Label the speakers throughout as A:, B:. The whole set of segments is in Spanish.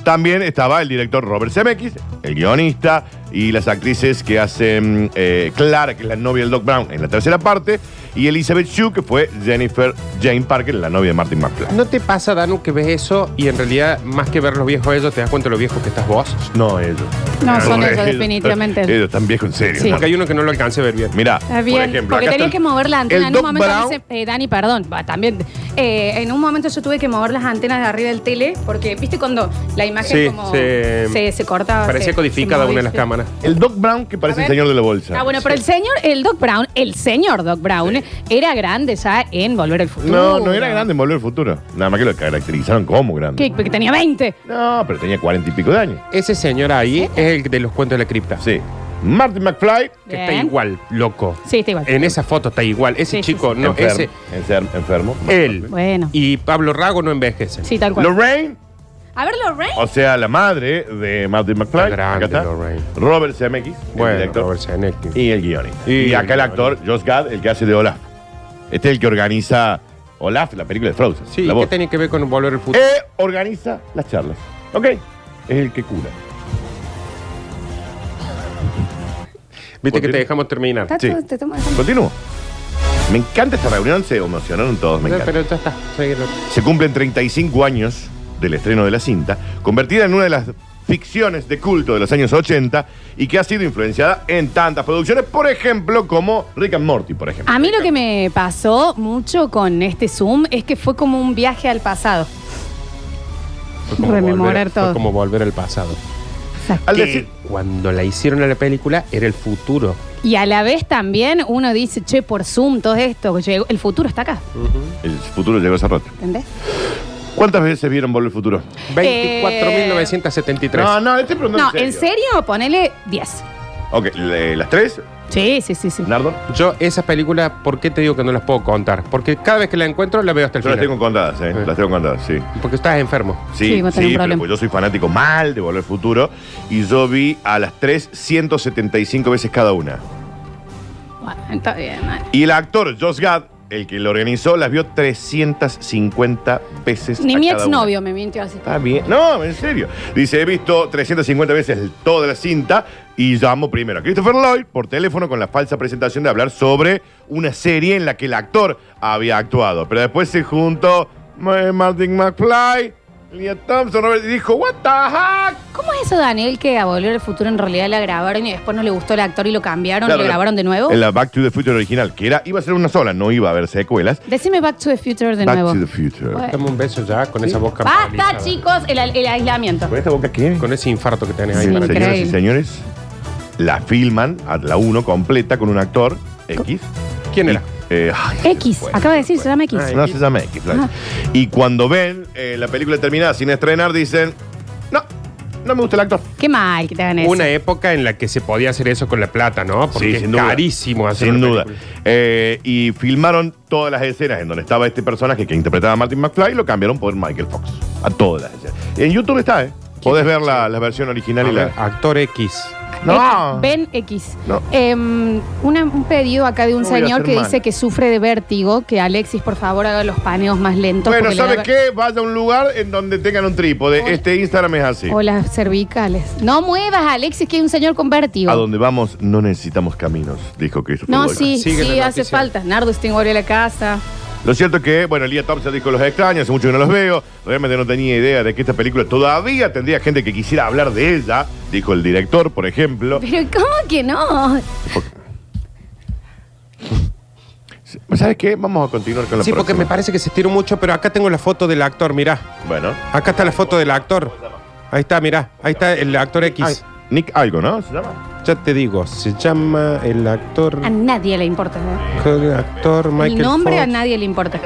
A: También estaba el director Robert Zemeckis, el guionista y las actrices que hacen eh, Clara, que es la novia del Doc Brown, en la tercera parte, y Elizabeth Shue, que fue Jennifer Jane Parker, la novia de Martin McFly.
B: ¿No te pasa, Danu, que ves eso y en realidad, más que ver los viejos ellos, te das cuenta de lo viejo que estás vos?
A: No, ellos.
C: No, son ellos, definitivamente.
A: Ellos están viejos en serio.
C: Sí.
A: ¿no?
B: Porque hay uno que no lo alcance a ver bien.
A: Mirá,
C: Está bien,
A: por ejemplo,
C: porque
A: acá
C: tenía
A: está
C: que
A: el-
C: mover la antena.
A: el
C: En un
A: Doc
C: momento me
A: Brown-
C: dice, eh, Dani, perdón, va, también. eh, en un momento yo tuve que mover las antenas de arriba del tele, porque, ¿viste cuando la imagen
B: Sí,
C: como
B: se-
C: se, se cortaba?
B: Parecía
C: se-
B: codificada
C: se
B: una de las
C: modifica?
B: cámaras.
A: El Doc Brown que parece
C: A
A: el
C: ver.
A: señor de la bolsa.
C: Ah, bueno, pero el señor, el Doc Brown, el señor Doc Brown, era grande ya en Volver al Futuro.
A: No, no era grande en Volver al Futuro. Nada más que lo caracterizaron como grande.
C: Que, que tenía 20.
A: No, pero tenía cuarenta y pico de años.
B: Ese señor ahí es el de los cuentos de la cripta.
A: Sí. Martin McFly,
B: Que está
C: Bien.
B: igual, loco.
C: Sí, está igual.
B: En esa foto está igual. Ese
C: Sí, sí,
B: chico, no,
A: enfermo,
B: ese...
A: enfer- enfermo.
B: Él
C: Bueno.
B: y Pablo Rago no envejecen.
C: Sí, tal cual.
A: Lorraine,
C: A ver, Lorraine.
A: O sea, la madre de Martin
B: La
A: McFly.
B: grande,
A: acá está.
B: Lorraine.
A: Robert Zemeckis, el
B: Bueno,
A: director.
B: Robert Zemeckis.
A: Y el guionista.
B: Y
A: Y, acá el
B: el
A: actor, Josh Gad, el que hace de Olaf. Este es el que organiza Olaf, la película de Frozen.
B: Sí,
A: la
B: ¿qué
A: voz.
B: tenía que ver con volver al futuro?
A: Eh, organiza las charlas. ¿Ok? Es el que cura.
B: Viste que
A: porque-
B: te dejamos terminar.
C: Está
A: Ah, sí.
C: todo- te tomo- tomo-
A: Continúo. Me encanta esta reunión, se emocionaron todos, me encanta.
B: Pero ya está. seguilo.
A: Se cumplen 35 años del estreno de la cinta, convertida en una de las ficciones de culto de los años 80 y que ha sido influenciada en tantas producciones, por ejemplo, como Rick and Morty, por ejemplo.
C: A mí lo que me pasó mucho con este Zoom es que fue como un viaje al pasado.
B: Fue como
C: Rememorar
B: volver- fue
C: todo.
B: como volver al pasado.
C: Ah.
A: Al
B: Que
A: decir-
B: cuando la hicieron a la película era el futuro.
C: Y a la vez también uno dice, che, por Zoom, todo esto, llegó- el futuro está acá,
A: El futuro llegó hace rato.
C: ¿entendés?
A: ¿Cuántas veces vieron Volver al Futuro?
B: 24.973.
A: No, no, estoy preguntando.
C: No, ¿en serio? Ponele 10.
A: Ok, le- las tres,
C: Sí, sí, sí, sí.
A: Nardo,
B: Yo esas películas, ¿por qué te digo que no las puedo contar? Porque cada vez que la encuentro la veo hasta el
A: yo las
B: final.
A: tengo contadas, ¿eh? Las tengo contadas, sí.
B: Porque estás enfermo.
A: Sí,
C: Sí,
A: sí,
C: va a tener un
A: pero
C: problema.
A: pues yo soy fanático mal de Volver al Futuro y yo vi a las tres 175 veces cada una.
C: Bueno, está bien. mal.
A: Y el actor Josh Gad, el que lo organizó, las vio 350 veces.
C: Ni
A: a
C: mi
A: cada una.
C: exnovio me mintió así.
A: Está bien. No, en serio. Dice, he visto 350 veces toda la cinta y llamo primero a Christopher Lloyd por teléfono con la falsa presentación de hablar sobre una serie en la que el actor había actuado. Pero después se juntó eh, Martin McFly, Leah Thompson, Robert, y dijo, what the heck?
C: ¿Cómo es eso, Daniel, que a Volver al Futuro en realidad la grabaron y después no le gustó el actor y lo cambiaron,
A: Claro,
C: lo grabaron de nuevo?
A: En la Back to the Future original, que era, iba a ser una sola, no iba a haber secuelas.
C: Decime Back to the Future de
A: Back
C: nuevo.
A: to the Future.
C: Bueno.
B: Dame un beso ya con esa boca.
C: Basta,
B: paralizada.
C: chicos, el, el aislamiento.
A: ¿Con esta boca qué?
B: Con ese infarto que tenés ahí.
C: Sí.
B: para ti.
A: Señoras y
C: Increíble.
A: señores, la filman a la 1 completa con un actor X.
B: ¿Quién era?
A: Eh, ay,
C: X,
A: bueno,
C: acaba de decir, se llama X.
B: Ay.
A: No se llama X. Flavio. Y cuando ven eh, la película terminada sin estrenar, dicen: No, no me gusta el actor.
C: Qué mal que te hagan eso.
B: Una época en la que se podía hacer eso con la plata, ¿no? Porque es carísimo hacer
A: Sin
B: una
A: duda.
B: película.
A: Eh, y filmaron todas las escenas en donde estaba este personaje que interpretaba a Martin McFly y lo cambiaron por Michael Fox. A todas las escenas. En YouTube está, ¿eh? Podés ver la, la versión original y
B: A ver,
A: la.
B: Actor X.
A: No.
C: Ben X.
A: No.
C: Em, una- un pedido acá de un
A: No voy a
C: señor
A: hacer
C: que
A: mal.
C: dice que sufre de vértigo, que Alexis, por favor, haga los paneos más lentos.
A: Bueno,
C: porque le
A: ¿sabe
C: da-
A: qué? Vaya a un lugar en donde tengan un trípode. Este Instagram es así.
C: O las cervicales. No muevas, Alexis, que hay un señor con vértigo.
A: A donde vamos no necesitamos caminos, dijo Christopher
C: No,
A: Lloyd.
C: sí,
B: Sigue
C: sí,
B: la
C: hace
B: noticia.
C: falta. Nardo Stingori la casa.
A: Lo cierto es que, bueno, Elia Thompson dijo los extraños, hace mucho que no los veo. Realmente no tenía idea de que esta película todavía tendría gente que quisiera hablar de ella, dijo el director, por ejemplo.
C: Pero ¿cómo que no?
A: ¿Sabes qué? Vamos a continuar con la
B: Sí, porque me
A: próxima.
B: parece que se estiró mucho, pero acá tengo la foto del actor, mirá.
A: Bueno.
B: Acá está la foto del actor. Ahí está, mirá. Ahí está el actor X.
A: Ay, Nick algo, ¿no? ¿Se llama?
B: Ya te digo, se llama el actor.
C: A nadie le importa. ¿no?
B: el actor Michael
C: El nombre
B: Fox.
C: a nadie le importa.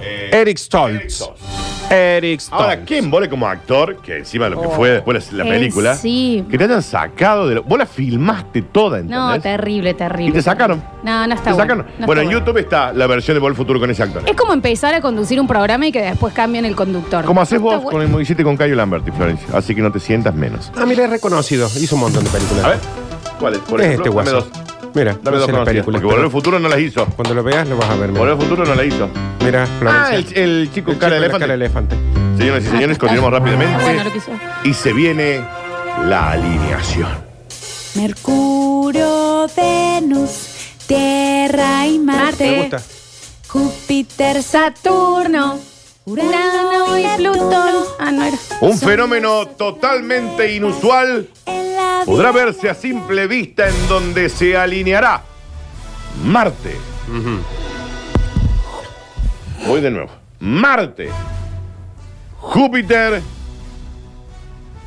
B: Eric
A: Eric
B: Stoltz.
A: Stoltz.
B: Eric Stoltz.
A: Ahora, ¿qué embole como actor? Que encima lo que fue después la
C: Eh,
A: película.
C: sí.
A: Que te hayan sacado de la... Vos la filmaste toda, ¿entendés?
C: No, terrible, terrible.
A: ¿Y te sacaron?
C: No, no está
A: Te
C: bueno.
A: sacan.
C: No está
A: bueno, en
C: bueno. Eh,
A: YouTube está la versión de Vol Futuro con ese actor.
C: Es como empezar a conducir un programa y que después cambien el conductor.
A: Como haces vos
C: Está bueno.
A: con el hiciste con Cayo Lamberti, Florencia. Así que no te sientas menos.
B: Ah, mira, es reconocido. Hizo un montón de películas.
A: A ver, ¿cuál es? Por
B: es
A: ejemplo,
B: este
A: dame
B: guaso.
A: dos.
B: Mira,
A: Dame
B: no
A: dos
B: sé la
A: conocidas,
B: película,
A: Porque Volver
B: pero
A: al Futuro no las hizo.
B: Cuando lo veas, lo vas a ver.
A: Volver
B: Mira,
A: al Futuro no la hizo.
B: Mira,
A: Ah, el,
B: Florencia.
A: el chico
B: El
A: cara de
B: chico
A: elefante.
B: cara de elefante.
A: Señoras y señores, continuamos
C: Ah, Está bueno lo
A: rápidamente.
C: que hizo.
A: Y se viene la alineación.
D: Mercurio, Venus, Tierra y
B: Me
D: Marte,
B: gusta.
D: Júpiter,
C: Saturno, Urano y Plutón. Ah, no era.
A: Un fenómeno totalmente inusual
D: en la
A: podrá
D: vida
A: verse a simple vista en donde se alineará Marte. Voy de nuevo. Marte, Júpiter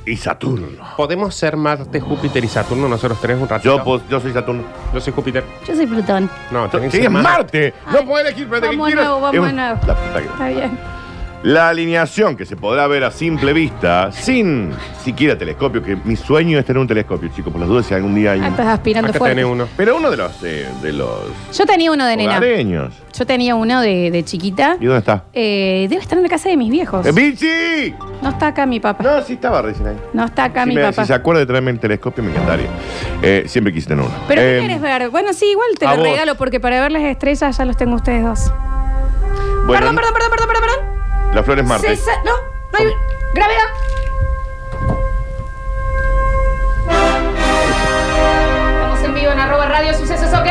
A: y Saturno.
B: ¿Podemos ser Marte, Júpiter y Saturno nosotros tres un ratito?
A: Yo, pues, yo soy Saturno.
B: Yo soy Júpiter.
C: Yo soy Plutón.
B: No, tenés que
A: Sí, es
B: ser
A: Marte.
C: Ay,
A: No puedo elegir, pero que
C: vamos de
A: quieras.
C: nuevo, vamos
A: Es un-
C: de nuevo.
A: La puta que-
C: Está bien.
A: La alineación que se podrá ver a simple vista, sin siquiera telescopio, que mi sueño es tener un telescopio, chicos, por las dudas si algún día hay
C: Ah,
A: un-
C: estás aspirando
B: Acá
C: fuerte.
B: tenés uno.
A: Pero uno de los, eh, de los
C: Yo tenía uno de nena.
A: hogareños.
C: Yo tenía uno de, de chiquita.
A: ¿Y dónde está?
C: Eh, debe estar en la casa de mis viejos.
A: ¡Eh, ¡Vinci!
C: No está acá mi papá.
A: No, sí estaba recién ahí.
C: No está acá
A: Si,
C: mi
A: me-
C: papá.
A: si se acuerda de traerme el telescopio, me encantaría. Eh, siempre quise tener uno.
C: Pero
A: Eh,
C: ¿qué quieres ver? Bueno, sí, igual te
A: a
C: lo
A: vos.
C: regalo porque para ver las estrellas ya los tengo ustedes dos.
A: bueno,
C: perdón, perdón, perdón, perdón, perdón,
A: La flor es Marte.
C: perdón. César- no, no hay gravedad. Estamos en vivo en arroba radio sucesos, ok.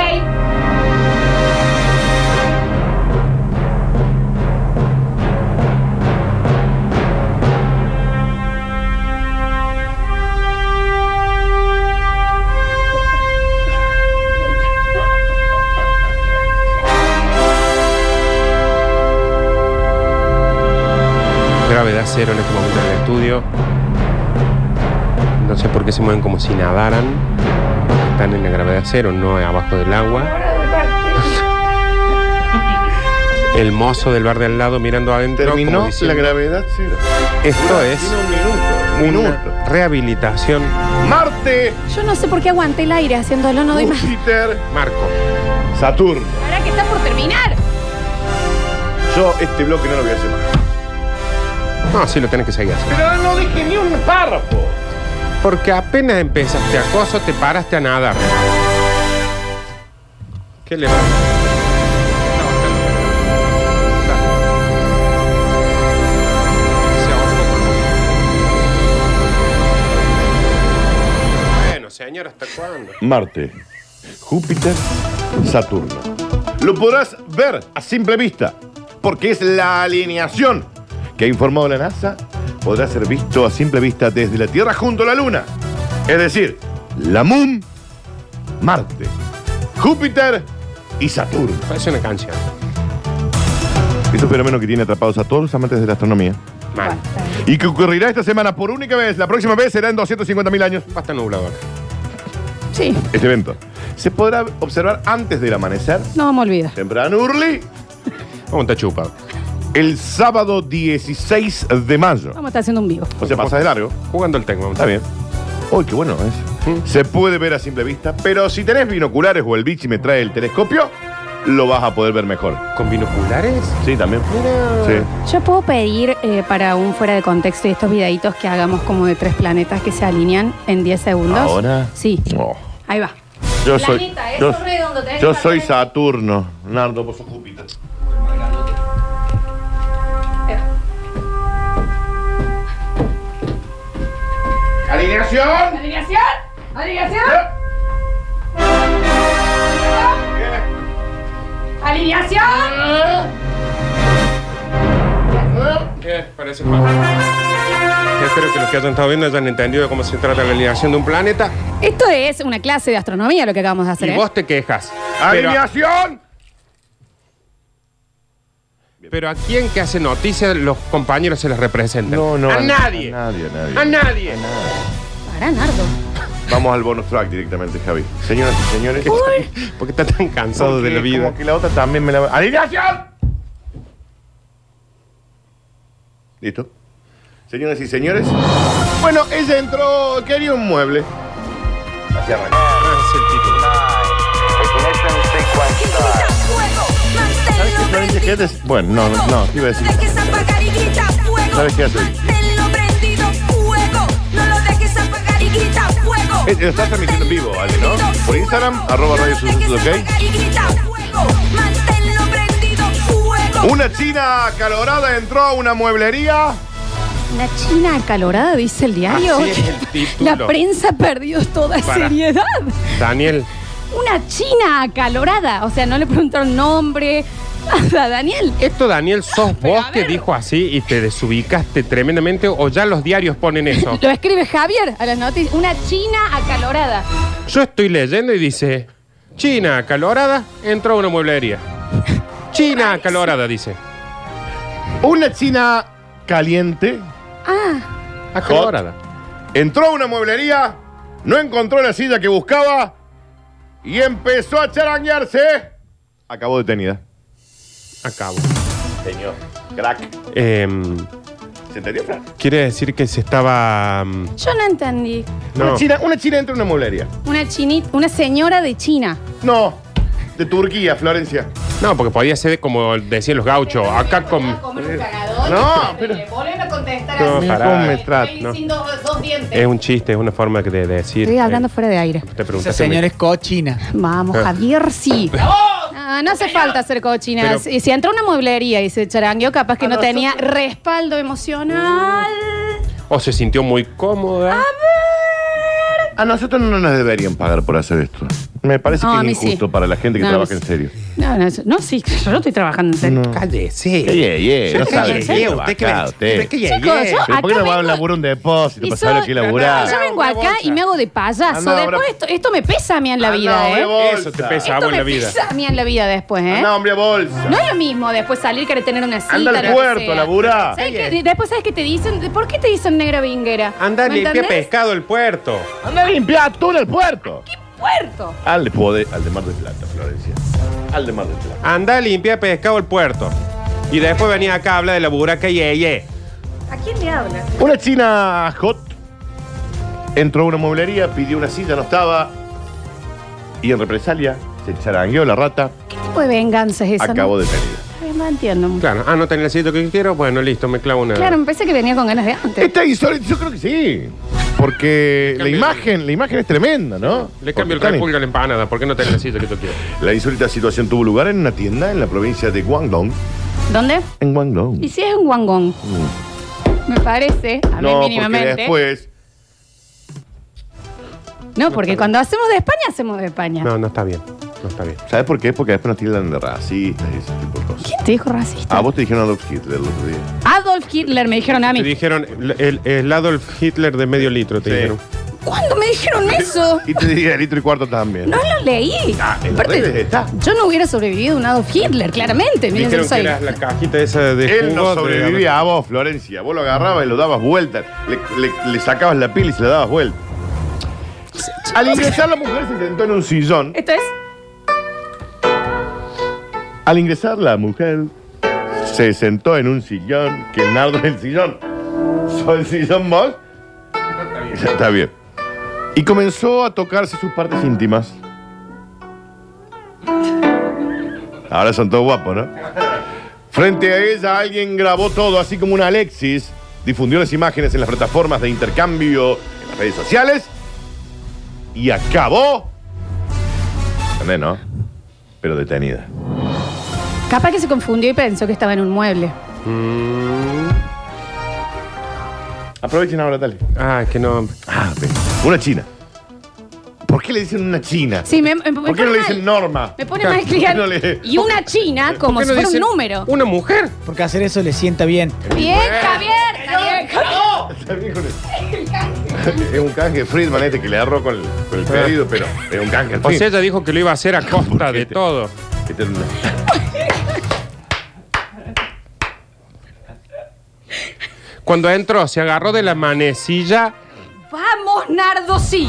B: Gravedad cero en este momento en el estudio. No sé por qué se mueven como si nadaran. Están en la gravedad cero, no abajo del agua. El mozo del bar de al lado mirando adentro. como
A: Terminó la
B: diciendo,
A: gravedad cero.
B: Esto es
A: Tiene un minuto. Un
B: una
A: minuto.
B: rehabilitación.
A: Marte,
C: Yo no sé por qué aguanté el aire haciéndolo, no doy más.
A: Júpiter,
B: Marco.
A: Saturno.
C: Ahora que está por terminar.
A: Yo este bloque no lo voy a hacer más.
B: No, sí lo tenés que seguir haciendo.
A: Pero no dije ni un párrafo.
B: Porque apenas empezaste acoso, te paraste a nadar. ¿Qué le va? Bueno, señor, ¿hasta cuándo?
A: Marte, Júpiter, Saturno. Lo podrás ver a simple vista, porque es la alineación que ha informado la NASA. Podrá ser visto a simple vista desde la Tierra junto a la Luna. Es decir, la Moon, Marte, Júpiter y Saturno.
B: Parece una canción.
A: Es un fenómeno que tiene atrapados a todos los amantes de la astronomía.
B: Mal.
A: Y que ocurrirá esta semana por única vez. La próxima vez será en 250.000 años.
B: Basta nublador.
C: Sí,
A: Este evento. Se podrá observar antes del amanecer,
C: no me olvida.
A: temprano early,
B: Vamos, está chupado.
A: El sábado 16 de mayo.
C: Vamos a estar haciendo un vivo.
A: O sea, pasa de largo.
B: Jugando el tecno.
A: Está bien. Uy, qué bueno es. Se puede ver a simple vista, pero si tenés binoculares o el bichi me trae el telescopio, lo vas a poder ver mejor.
B: ¿Con binoculares?
A: Sí, también.
B: Mira.
A: Sí.
C: Yo puedo pedir eh, para un fuera de contexto y estos videitos que hagamos como de tres planetas que se alinean en 10 segundos.
A: ¿Ahora?
C: Sí,
A: Oh.
C: ahí va.
A: Yo
C: Planeta,
A: soy,
C: eso
A: yo,
C: es ¿eh? redondo, tenés
A: yo
C: que
A: soy
C: saber.
A: Saturno. Nardo, por su Júpiter. ¡Alineación!
C: ¿Alineación? ¿Alineación? ¿Alineación?
B: Eh, parece mal. Yo espero que los que hayan estado viendo hayan entendido de cómo se trata la alineación de un planeta.
C: Esto es una clase de astronomía lo que acabamos de hacer.
B: Y
C: ¿eh?
B: vos te quejas. Pero,
A: ¡Alineación!
B: pero a quién que hace noticias los compañeros se les representan. A, nadie.
A: A nadie, a nadie.
B: A nadie.
C: Pará, Nardo.
A: Vamos al bonus track directamente, Javi. Señoras y señores.
B: Porque está tan cansado
A: Porque
B: de la vida.
A: Como que la otra también me la. ¡Alineación! Listo. Señoras y señores. Bueno, ella entró. Quería un mueble. Así arranca.
B: Ah, es el título.
A: ¿Sabes qué, Florencia? ¿Qué haces? Bueno, no, no, no, te iba a decir. ¿Sabes qué hace? Eh, lo estás transmitiendo en vivo, Ale, ¿no? Por Instagram, arroba Radio Sucesos, Una china calorada entró a una mueblería.
C: Una China acalorada, dice el diario.
B: Así es Ah, el título.
C: la prensa perdió toda
B: Pará.
C: seriedad.
B: Daniel,
C: Una China acalorada. O sea, no le preguntaron nombre a Daniel.
B: esto Daniel, sos
C: Pero
B: vos
C: a
B: que
C: ver.
B: dijo así y te desubicaste tremendamente o ya los diarios ponen eso.
C: Lo escribe Javier a las noticias. Una China acalorada.
B: Yo estoy leyendo y dice, China acalorada entró a una mueblería. China acalorada, dice.
A: Una china caliente
C: Ah,
B: Acalorada.
A: Entró a una mueblería, no encontró la silla que buscaba y empezó a charanguearse. Acabó detenida.
B: Acabo.
A: Señor. Crack.
B: Em,
A: ¿Se entendió, Fran?
B: quiere decir que se estaba. mm,
C: Yo no entendí.
B: No.
A: Una, china, una china entra en una mueblería.
C: Una chinita, una señora de China.
A: No, de Turquía, Florencia.
B: No, porque podía ser como decían los gauchos. Acá con.
A: No, pero-
C: Volvieron Este, a contestar
B: No,
C: así.
B: pará.
C: Estoy
B: ¿Cómo me
A: trata?
C: diciendo dos, dos dientes.
B: Es un chiste, es una forma de decir.
C: Estoy hablando
B: eh,
C: fuera de aire.
B: te
E: Esa
B: preguntaste
E: señora es cochina.
C: Vamos, Javier, sí. Ah, no hace falta hacer cochinas.
B: Pero-
C: y si entra a una mueblería y se charangueó, capaz que no tenía respaldo emocional.
B: O se sintió muy cómoda.
C: Ah,
A: A nosotros no nos deberían pagar por hacer esto. Me parece
C: No, a
A: que
C: mí
A: es injusto
C: sí.
A: para la gente que
C: No, a mí
A: trabaja en
C: sí.
A: serio.
C: No, no, eso- no, sí, yo no estoy trabajando en serio.
B: Cállese.
A: Ye, ye, no sabe
B: Cállese,
A: qué
B: usted que-
A: trabajar, usted.
B: que-
C: Chicos, yo
A: ¿Pero por qué
C: acá
A: no va a
C: vengo-
A: laburar un depósito?
C: y
A: Para saber lo
C: soy-
A: que es laburar.
C: yo vengo
B: Una
C: acá
B: bolsa.
C: y me hago de payaso.
A: Anda,
C: Después
A: ahora-
C: esto, esto me pesa a mí en la vida,
A: Anda,
C: ¿eh?
A: hombre, bolsa.
B: Eso te pesa a
C: Esto
B: vos en
C: me
B: la vida.
C: pesa a mí en la vida después, ¿eh?
A: Anda, hombre, a bolsa.
C: No es lo mismo después salir que tener una cita.
A: Anda
C: lo
A: al
C: que
A: puerto,
C: sea.
A: a laburar.
C: ¿Sabes qué? Después sabes que te dicen, ¿por qué te dicen negra vinguera?
B: Anda,
C: ¿Me
B: limpia
C: entendés?
B: pescado el puerto.
A: Anda a limpiar tú al puerto.
C: Puerto.
A: Al de, poder, al de Mar del Plata, Florencia. Al de Mar del Plata.
B: Anda, limpia pescado el puerto. Y después venía acá, habla de la buraca y ella.
C: ¿A quién le hablas?
A: Una china hot entró a una mueblería, pidió una silla, no estaba. Y en represalia se charangueó la rata,
C: ¿Qué tipo de venganza es esa?
A: acabó
C: no?
A: detenida.
C: Ay, No entiendo. mucho.
B: Claro, ah, no tenés el sitio que quiero. Bueno, listo, me clavo una.
C: Claro, me parece que venía con ganas de antes.
A: Esta historia, yo creo que sí. Porque la
B: Cambio.
A: imagen, la imagen es tremenda, ¿no?
B: Le cambio el
A: Porque
B: repulga a la empanada. ¿Por qué no tenés el sitio que tú quieres?
A: La insólita situación tuvo lugar en una tienda en la provincia de Guangdong.
C: ¿Dónde?
A: En Guangdong.
C: ¿Y si es un guangón? Me parece, a
A: Mm. no,
C: mí
A: porque
C: mínimamente.
A: después.
C: no, porque cuando hacemos de España, hacemos de España.
B: No, no está bien. No está bien.
A: ¿Sabes por qué? Porque después nos tildan de racistas y ese tipo de cosas.
C: ¿Quién te dijo racista?
A: A vos te dijeron Adolf Hitler el otro día.
C: Adolf Hitler me dijeron a
B: Te
C: mí.
B: dijeron el, el Adolf Hitler de medio litro, te
A: Sí.
B: dijeron.
C: ¿Cuándo me dijeron eso?
A: Y te diría el litro y cuarto también.
C: No lo leí.
A: Ah, en las
C: Aparte,
A: redes está.
C: yo no hubiera sobrevivido a un Adolf Hitler, claramente. Mira, yo
B: Dijeron que
C: soy.
B: eras la cajita esa de
A: Él
B: jugo
A: no
B: de-
A: sobrevivía a vos, Florencia. Vos lo agarrabas y lo dabas vuelta. Le, le- le sacabas la piel y se la dabas vuelta. Al ingresar, la mujer se sentó en un sillón.
C: Esto es.
A: Al ingresar, la mujer se sentó en un sillón. Que el nardo es el sillón. ¿Soy el sillón vos? Está bien. Y comenzó a tocarse sus partes íntimas. Ahora son todos guapos, ¿no? Frente a ella alguien grabó todo, así como un Alexis difundió las imágenes en las plataformas de intercambio, en las redes sociales y acabó. ¿Entendés, no? Pero detenida.
C: Capaz que se confundió y pensó que estaba en un mueble.
A: Aprovechen ahora, dale.
B: Ah, que no.
A: Ah, bien. Una china. ¿Por qué le dicen una china?
C: Sí, me, me- me
A: ¿Por qué no
C: pone
A: le
C: mal.
A: dicen norma?
C: Me pone mal el cliente.
A: no le-
C: Y una china como
B: ¿Por qué
C: si
B: no
C: fuera un
B: dicen
C: número.
B: ¿Una mujer?
E: Porque hacer eso le sienta bien.
C: Bien, Javier. Javier, Javier.
A: Está bien con el- Es un canje Friedman este que le agarró con el, con el pedido, pero es un canje.
B: O sea, ella dijo que lo iba a hacer a costa de
A: te-
B: todo.
A: Este es una-
B: Cuando entró, se agarró de la manecilla.
C: Vamos, Nardo, sí.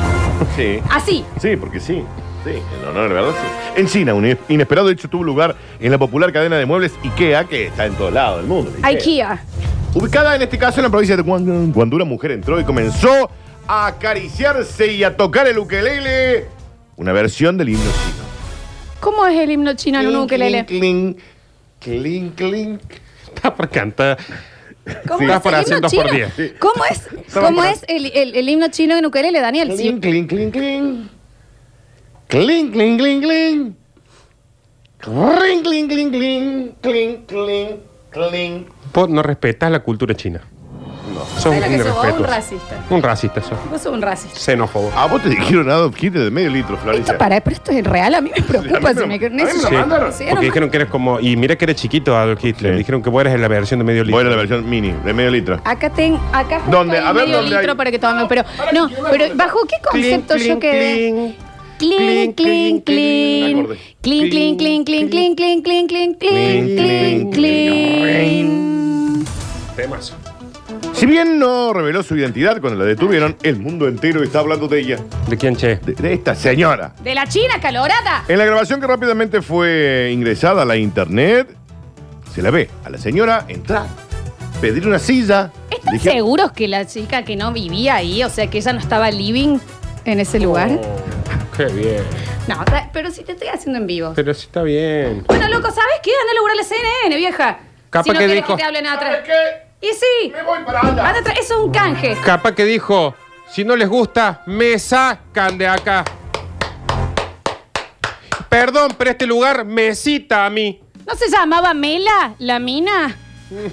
A: Sí.
C: Así.
A: Sí, porque sí. Sí, en honor, de verdad, sí. En China, un inesperado hecho tuvo lugar en la popular cadena de muebles IKEA, que está en todos lados del mundo. la
C: IKEA.
A: Ubicada en este caso en la provincia de Guangdong, cuando una mujer entró y comenzó a acariciarse y a tocar el ukelele. Una versión del himno chino.
C: ¿Cómo es el himno chino en un ukelele?
A: Clink, clink, clink. clink.
B: Está por cantar.
C: ¿Cómo
B: Sí.
C: es
B: Estás por
C: el
B: hacer
C: himno
B: dos por
C: chino?
B: diez.
C: ¿Cómo es, cómo es el, el- el himno chino en ukelele, Daniel? Sí.
A: Clink, clink, clink, clink. Clink, clink, clink, clink. Clink, clink, clink, clink. Clink, clink, clink.
B: Vos no respetas la cultura china. No. Sos
C: ¿Sabés lo que sos? Vos, un
B: irrespetuoso.
C: racista.
B: Un racista sos.
C: Vos sos un racista.
B: Xenófobo.
A: A Ah, vos te dijeron Adolf Hitler de medio litro, Florencia.
C: Esto para, pero esto es real, a mí me preocupa.
A: A mí me
C: si
A: lo-
C: me,
A: a mí me lo
C: eso-
B: Sí.
A: mandaron.
C: Sí,
B: Porque
C: era
B: dijeron que eres como. Y mira que eres chiquito, Adolf Hitler.
A: Sí.
B: Dijeron que vos eres en la versión de medio litro.
A: Voy a la versión mini, de medio litro.
C: Acá ten, acá justo
A: ¿Dónde?
C: hay
A: A ver,
C: medio
A: ¿dónde
C: litro
A: hay?
C: para que tomemos, pero no, pero bajo qué concepto
B: Clink,
C: yo quedé.
B: clink, clink.
C: Clean, clean,
B: clink,
C: clean.
A: acorde.
C: Clean, clean, clean, clean, clean, clean, clean, clean, clean, clean,
A: Clink,
C: clean.
B: Temazo.
A: Si bien no reveló su identidad cuando la detuvieron, el mundo entero está hablando de ella,
B: ¿De quién, che?
A: de, de esta señora.
C: De la China calorada.
A: En la grabación que rápidamente fue ingresada a la internet, se Se la ve a la señora entrar, pedir una silla.
C: ¿Están
A: dije-
C: seguros que la chica que no vivía ahí, o sea, que ella no estaba living en ese lugar?
B: Oh, qué bien.
C: No, ta- pero si te estoy haciendo en vivo.
B: Pero sí está bien.
C: Bueno, loco, ¿sabes qué? Anda a laburar la CNN, vieja.
B: Capaz
C: si no
B: que
C: quieres
B: dijo-
C: que te hablen atrás.
A: ¿Sabes qué?
C: Y sí,
A: Me voy para allá.
C: anda atrás. Eso es un canje.
B: Capaz que dijo, si no les gusta, me sacan de acá. Perdón, pero este lugar me cita a mí.
C: ¿No se llamaba Mela, la mina?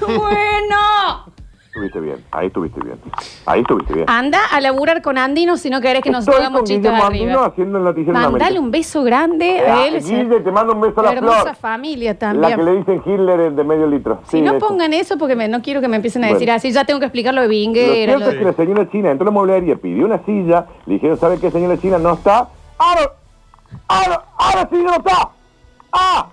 C: bueno.
F: Estuviste bien, ahí estuviste bien. Ahí estuviste bien.
C: Anda a laburar con Andino si no querés que nos
F: Estoy
C: hagamos
F: con
C: chistes de
F: Guillermo Andino
C: arriba.
F: haciendo el noticiero en la
C: Mandale
F: América.
C: un beso grande a
F: Ah,
C: él.
F: Guille, te mando un beso a la
C: hermosa
F: flor.
C: familia
F: La que
C: también.
F: le dicen Hitler el de medio litro.
C: Si
F: Sí,
C: no
F: eso.
C: pongan eso porque me- no quiero que me empiecen a
F: Bueno.
C: decir así, ya tengo que explicar lo de
F: Lo
C: Binguera.
F: cierto
C: lo
F: es
C: de-
F: que la señora China entró a la mueblería, pidió una silla, le dijeron, ¿sabe qué, señora China? No está. ¡Ahora! ¡Ahora! ¡Ahora sí no está! ¡Ah!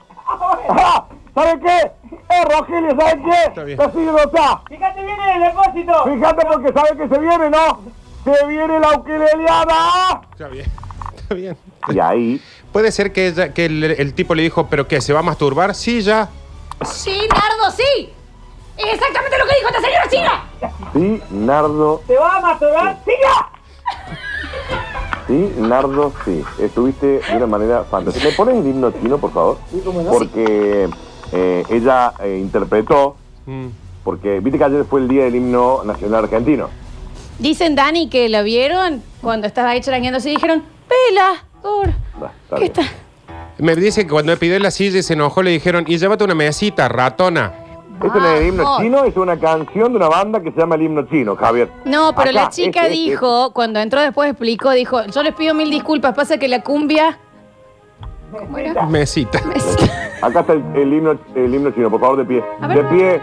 F: ¡Ah! ¿Sabe qué? ¡Eh, Rogelio, ¿sabe
B: Está
F: qué?
B: bien.
F: La silla no está. Fíjate bien en el depósito. Fíjate porque sabe que se viene, ¿no? ¡Se viene la ukeleleada!
B: Está bien. Está bien.
F: Y ahí,
B: Puede ser que, ella- que el, el tipo le dijo, pero que se va a masturbar. Sí, ya.
C: Sí, Nardo, sí. Es exactamente lo que dijo esta señora china.
F: sí, Nardo.
G: ¿Te vas a masturbar? ¡Siga!
F: Sí, Nardo, sí. Estuviste de una manera fantástica. ¿Me pones el himno chino, por favor? Porque eh, ella eh, interpretó,
B: Mm.
F: porque viste que ayer fue el día del himno nacional argentino.
C: Dicen Dani que la vieron cuando estaba ahí charangueándose y dijeron, pela, dor,
F: Va, está
C: ¿Qué
F: bien.
C: está?
B: Me dice que cuando pidió la silla y se enojó, le dijeron, y llévate una mesita, ratona.
F: Este no es el himno
C: Vamos.
F: chino, es una canción de una banda que se llama el himno chino, Javier.
C: No, pero
F: Acá,
C: la chica
F: este, este,
C: dijo, cuando entró después explicó, dijo, yo les pido mil disculpas, pasa que la cumbia... ¿Cómo era?
B: Mesita.
F: este. Acá está el, el himno, el himno chino, por favor, de pie.
C: A ver.
F: De pie.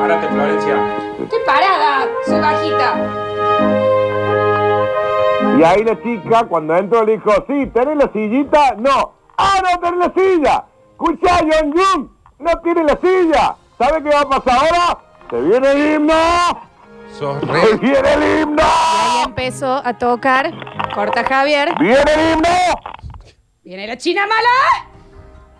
B: Párate, Florencia.
C: Estoy parada, soy bajita.
F: Y ahí la chica, cuando entró, le dijo, sí, ¿tenés la sillita? No. ¡Ah, no tenés la silla! ¡Escuchá, John Jung! ¡No tiene la silla! ¿Sabe qué va a pasar ahora? ¡Se viene el himno!
B: Sos
F: ¡Se
B: re...
F: viene el himno!
C: Ahí empezó a tocar, corta Javier.
F: ¡Viene el himno!
C: Viene la china mala.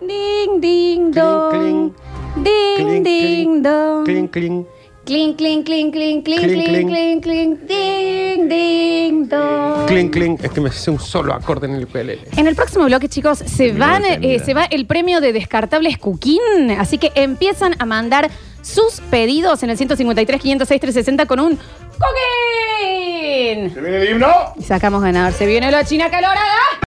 C: Ding, ding,
B: Clink,
C: dong. Ding, ding,
B: Clink, clink,
C: dong.
B: clink, clink.
C: Clink, clink, clink, clink, clink,
B: Clink,
C: clink,
B: clink.
C: clink, clink, ding, ding, dong.
B: Clink, clink. Es que me hace un solo acorde en el PLL.
C: En el próximo bloque, chicos, se, van, eh, se va el premio de descartables Cooking. Así que empiezan a mandar sus pedidos en el 153 506 360 con un Cooking.
A: ¿Se viene el himno?
C: Y sacamos ganador. Se viene la China calorada.